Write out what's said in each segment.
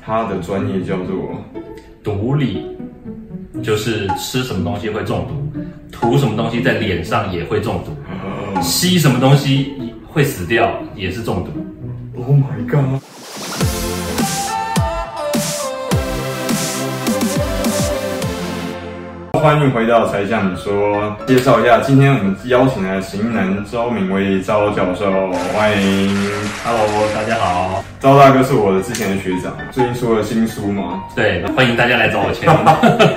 他的专业叫做毒理就是吃什么东西会中毒，涂什么东西在脸上也会中毒，呃吸什么东西会死掉也是中毒。 ，Oh my god！欢迎回到才向你说，介绍一下，今天我们邀请来的型男周明威周教授，欢迎 Hello，大家好，周大哥是我的之前的学长，最近出了新书嘛，对，欢迎大家来找我签。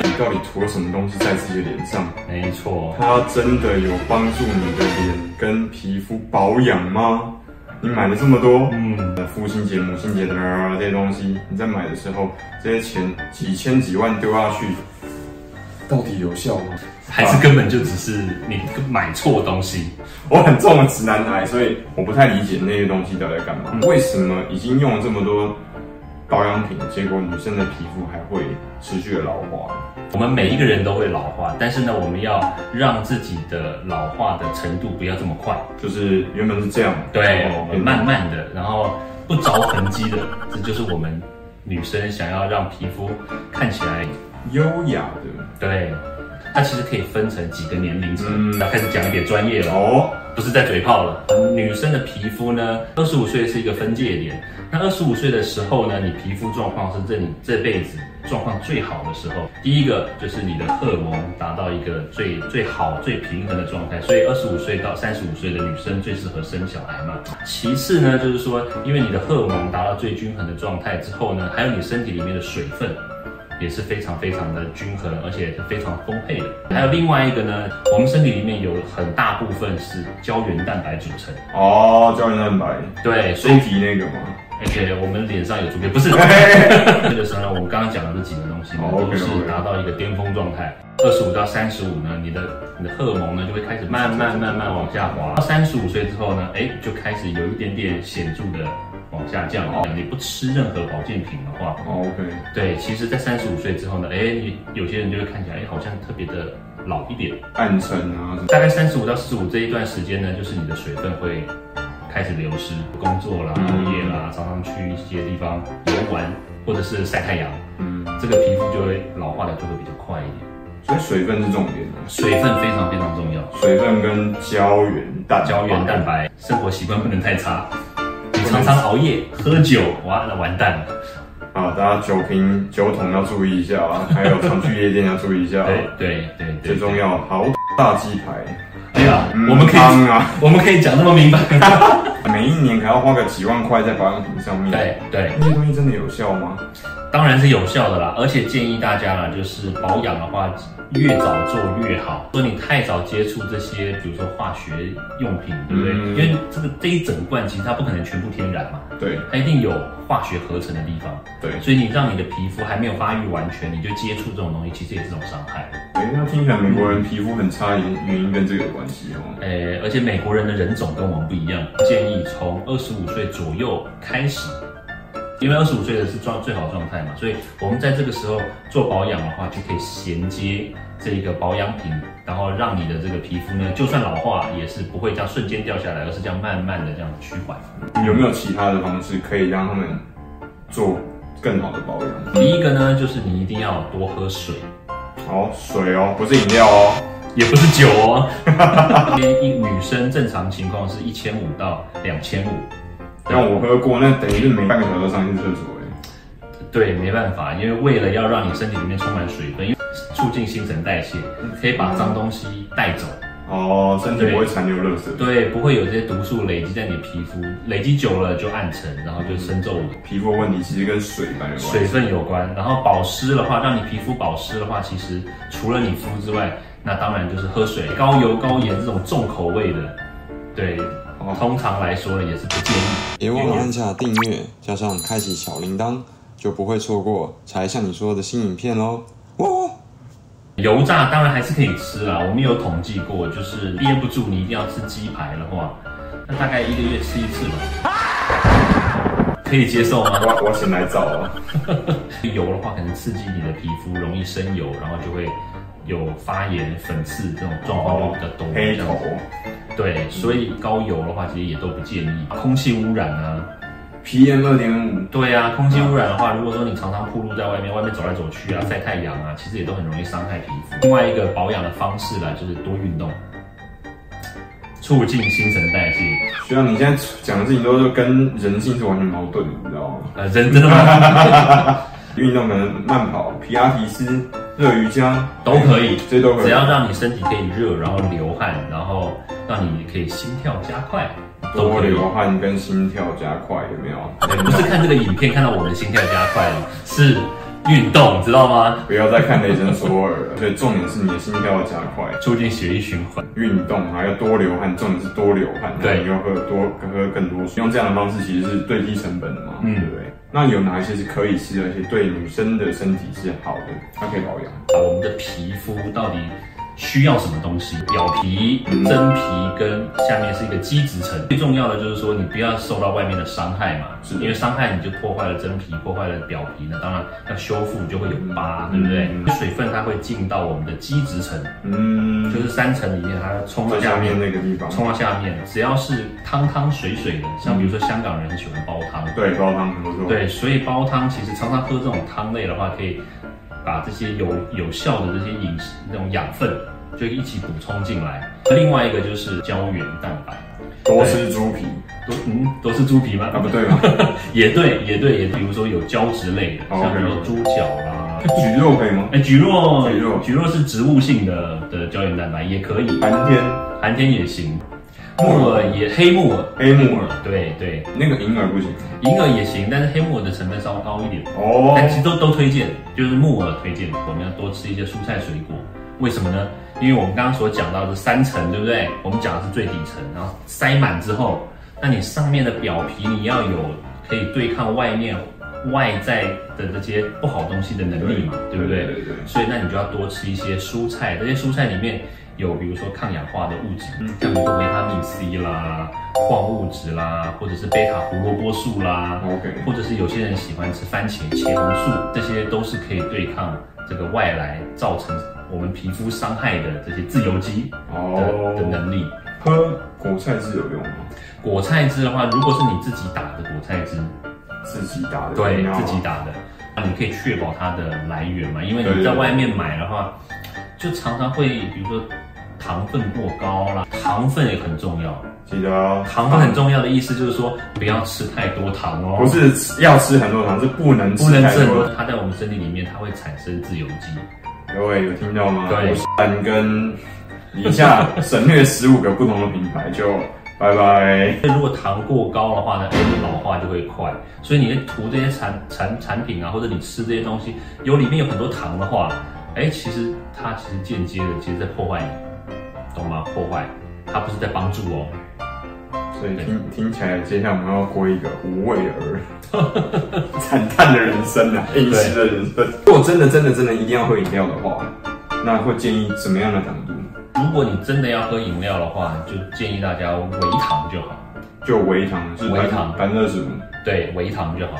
你到底涂了什么东西在自己的脸上？没错，它真的有帮助你的脸跟皮肤保养吗？你买了这么多，嗯，呃父亲节、母亲节的这些东西，你在买的时候，这些钱几千几万丢下去，到底有效吗？还是根本就只是你买错东西。我很重的直男癌，所以我不太理解那些东西到底在干嘛。为什么已经用了这么多保养品，结果女生的皮肤还会持续的老化？我们每一个人都会老化，但是呢，我们要让自己的老化的程度不要这么快。就是原本是这样，哦对，然后我们慢慢的，然后不着痕迹的，这就是我们女生想要让皮肤看起来优雅的对。它其实可以分成几个年龄层嗯，那、开始讲一点专业了，哦，不是在嘴炮了。女生的皮肤呢，二十五岁是一个分界点。那二十五岁的时候呢，你皮肤状况是这你这辈子状况最好的时候。第一个就是你的荷尔蒙达到一个最最好、最平衡的状态，所以二十五岁到三十五岁的女生最适合生小孩嘛。其次呢，就是说，因为你的荷尔蒙达到最均衡的状态之后呢，还有你身体里面的水分。也是非常非常的均衡，而且是非常丰沛的。还有另外一个呢，我们身体里面有很大部分是胶原蛋白组成，哦，胶原蛋白，对，所以收集那个吗？而且我们脸上有竹片， 不是这个时候呢，我们刚刚讲的这几个东西呢，哦都是 OK，OK 达到一个巅峰状态。二十五到三十五呢，你的你的荷尔蒙呢就会开始慢慢慢慢往下滑。到三十五岁之后呢，哎，就开始有一点点显著的往下降。你不吃任何保健品的话，哦，OK，对，其实，在三十五岁之后呢，哎，你有些人就会看起来，哎，好像特别的老一点。暗沉啊什么，大概三十五到四十五这一段时间呢，就是你的水分会开始流失，工作啦、嗯熬夜啦，常常去一些地方游玩或者是晒太阳，嗯，这个皮肤就会老化的就会比较快一点。所以水分是重点哦水分非常非常重要，水分跟胶原蛋白胶原蛋白，生活习惯不能太差。你常常熬夜、喝酒，哇，那完蛋了。啊，大家酒瓶、酒桶要注意一下 啊，还有常去夜店要注意一下啊，对对对最对，重要。好，大鸡排，哎呀，嗯我们可以汤啊，我们可以讲那么 明白。每一年还要花个几万块在保养品上面，，对对，那些东西真的有效吗？当然是有效的啦，而且建议大家啦，就是保养的话，越早做越好。说你太早接触这些，比如说化学用品，对不对？嗯因为这个这一整罐其实它不可能全部天然嘛，对它一定有化学合成的地方，对，所以你让你的皮肤还没有发育完全，你就接触这种东西，其实也是种伤害。哎，那听起来美国人皮肤很差，原原因跟这个有关系哦。呃，而且美国人的人种跟我们不一样，建议从二十五岁左右开始，因为二十五岁的是状最好的状态嘛，所以我们在这个时候做保养的话，就可以衔接这一个保养品，然后让你的这个皮肤呢，就算老化也是不会这样瞬间掉下来，而是这样慢慢的这样趋缓。有没有其他的方式可以让他们做更好的保养？第一个呢，就是你一定要多喝水，好，水哦，不是饮料哦。也不是酒哦。 一女生正常情况是一千五到两千五，让我喝过，那等于是每半个小时上一次厕所哎。对，没办法，因为为了要让你身体里面充满水分，因为促进新陈代谢，可以把脏东西带走。哦，身体不会残留垃圾，对，不会有这些毒素累积在你皮肤，累积久了就暗沉，然后就生皱纹。皮肤的问题其实跟水蛮有关系。水分有关，然后保湿的话，让你皮肤保湿的话，其实除了你敷之外，那当然就是喝水，高油高盐这种重口味的，对，哦通常来说呢也是不建议。别忘了按下订阅，加上开启小铃铛，就不会错过才向你说的新影片喽。哇、哦！油炸当然还是可以吃啦，我们有统计过，就是憋不住你一定要吃鸡排的话，那大概一个月吃一次吧，可以接受啊吗？我我醒来早了，油的话可能刺激你的皮肤容易生油，然后就会有发炎、粉刺这种状况就比较多。黑这样头子。对，所以高油的话其实也都不建议。空气污染啊， PM 二点五，对呀、空气污染的话，如果说你常常暴露在外面，外面走来走去啊，晒太阳啊，其实也都很容易伤害皮肤。另外一个保养的方式啦，就是多运动，促进新陈代谢。学长，你现在讲的事情都是跟人性是完全矛盾的，你知道吗？呃，人真的吗？运动可能慢跑、皮拉提斯、热瑜伽都可以，这些都可只以。要让你身体可以热，然后流汗，然后让你可以心跳加快，都多可以。流汗跟心跳加快，有没有？对不是看这个影片看到我们心跳加快了，是运动，知道吗？不要再看雷神索尔了。所以重点是你的心跳要加快，促进血液循环。运动啊还要多流汗，重点是多流汗，对然后你要喝多喝更多水。用这样的方式其实是最低成本的嘛，嗯对不对？那有哪一些是可以吃，而且对女生的身体是好的，它可以保养？呃我们的皮肤到底需要什么东西？表皮、真皮跟下面是一个基质层。最重要的就是说，你不要受到外面的伤害嘛，是因为伤害你就破坏了真皮，破坏了表皮，那当然要修复就会有疤，对不对？嗯水分它会进到我们的基质层，嗯，就是三层里面，它冲到在下下面面。那个地方，冲到下面，只要是汤汤水水的，像比如说香港人很喜欢煲汤，对，煲汤很不错。对，所以煲汤其实常常喝这种汤类的话，可以把这些有有效的这些饮食那种养分就一起补充进来。另外一个就是胶原蛋白，多吃猪皮都嗯都是猪皮吗？啊，不对吗？也对，也对，也比如说有胶质类的，哦像比如说 OK，OK 猪脚啦，菊肉可以吗？哎菊若菊若菊若是植物性的的胶原蛋白也可以，蓝天、寒天也行，木耳也黑木耳，黑木耳，对对，那个银耳不行银耳也行，但是黑木耳的成分稍微高一点。哦但其实都都推荐，就是木耳推荐，我们要多吃一些蔬菜水果。为什么呢？因为我们刚刚所讲到的三层，对不对？我们讲的是最底层，然后塞满之后，那你上面的表皮你要有可以对抗外面外在的这些不好东西的能力嘛，对不对？对对。所以那你就要多吃一些蔬菜，这些蔬菜里面有比如说抗氧化的物质，像比如说维他命 C 啦、矿物质啦，或者是贝塔胡萝卜素啦， OK，或者是有些人喜欢吃番茄、茄红素，这些都是可以对抗这个外来造成我们皮肤伤害的这些自由基的、的哦，能力。喝果菜是有用吗？果菜汁的话，如果是你自己打的果菜汁，自己打的，对有没有自己打的，那你可以确保它的来源嘛，因为对你对在对外面买的话，就常常会比如说糖分过高啦，糖分也很重要。记得哦，糖分很重要的意思就是说不要吃太多糖哦，不是要吃很多糖，是不能吃不能太吃很多多糖。，它在我们身体里面它会产生自由基。各位有听到吗？对我是蛋跟以下省略十五个不同的品牌就拜拜。如果糖过高的话呢，哎，你老化就会快。所以你涂这些产产产品啊，或者你吃这些东西，有里面有很多糖的话，哎，其实它其实间接的，其实在破坏你，懂吗？破坏，它不是在帮助哦。所以听听起来，接下来我们要过一个无味而 惨淡的人生啊，饮食的人生。如果真的真的真的一定要喝饮料的话，那会建议什么样的糖度？如果你真的要喝饮料的话，就建议大家微糖就好，就微糖，啊是微百糖百分之二十五。对，微糖就好。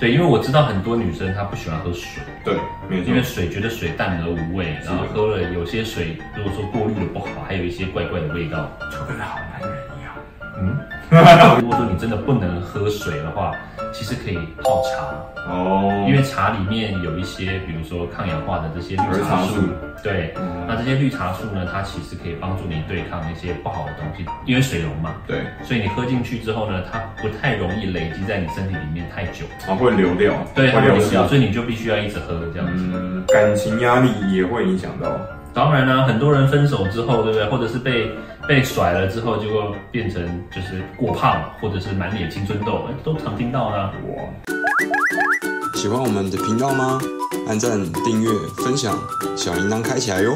对，因为我知道很多女生她不喜欢喝水，对，没因为错。水觉得水淡而无味，然后喝了有些水如果说过滤的不好，还有一些怪怪的味道。就跟好男人一样。嗯，如果说你真的不能喝水的话，其实可以泡茶，哦，因为茶里面有一些，比如说抗氧化的这些嗯绿儿茶茶素素。对，嗯那这些绿茶素呢，它其实可以帮助你对抗一些不好的东西，因为水溶嘛，对，所以你喝进去之后呢，它不太容易累积在你身体里面太久，然后会流掉，对，它会会流流失掉，。所以你就必须要一直喝这样子。嗯，感情压力也会影响到。当然啦、很多人分手之后，对不对？或者是被被甩了之后，结果变成就是过胖，或者是满脸青春痘，哎都常听到啦、我喜欢我们的频道吗？按赞、订阅、分享，小铃铛开起来哟！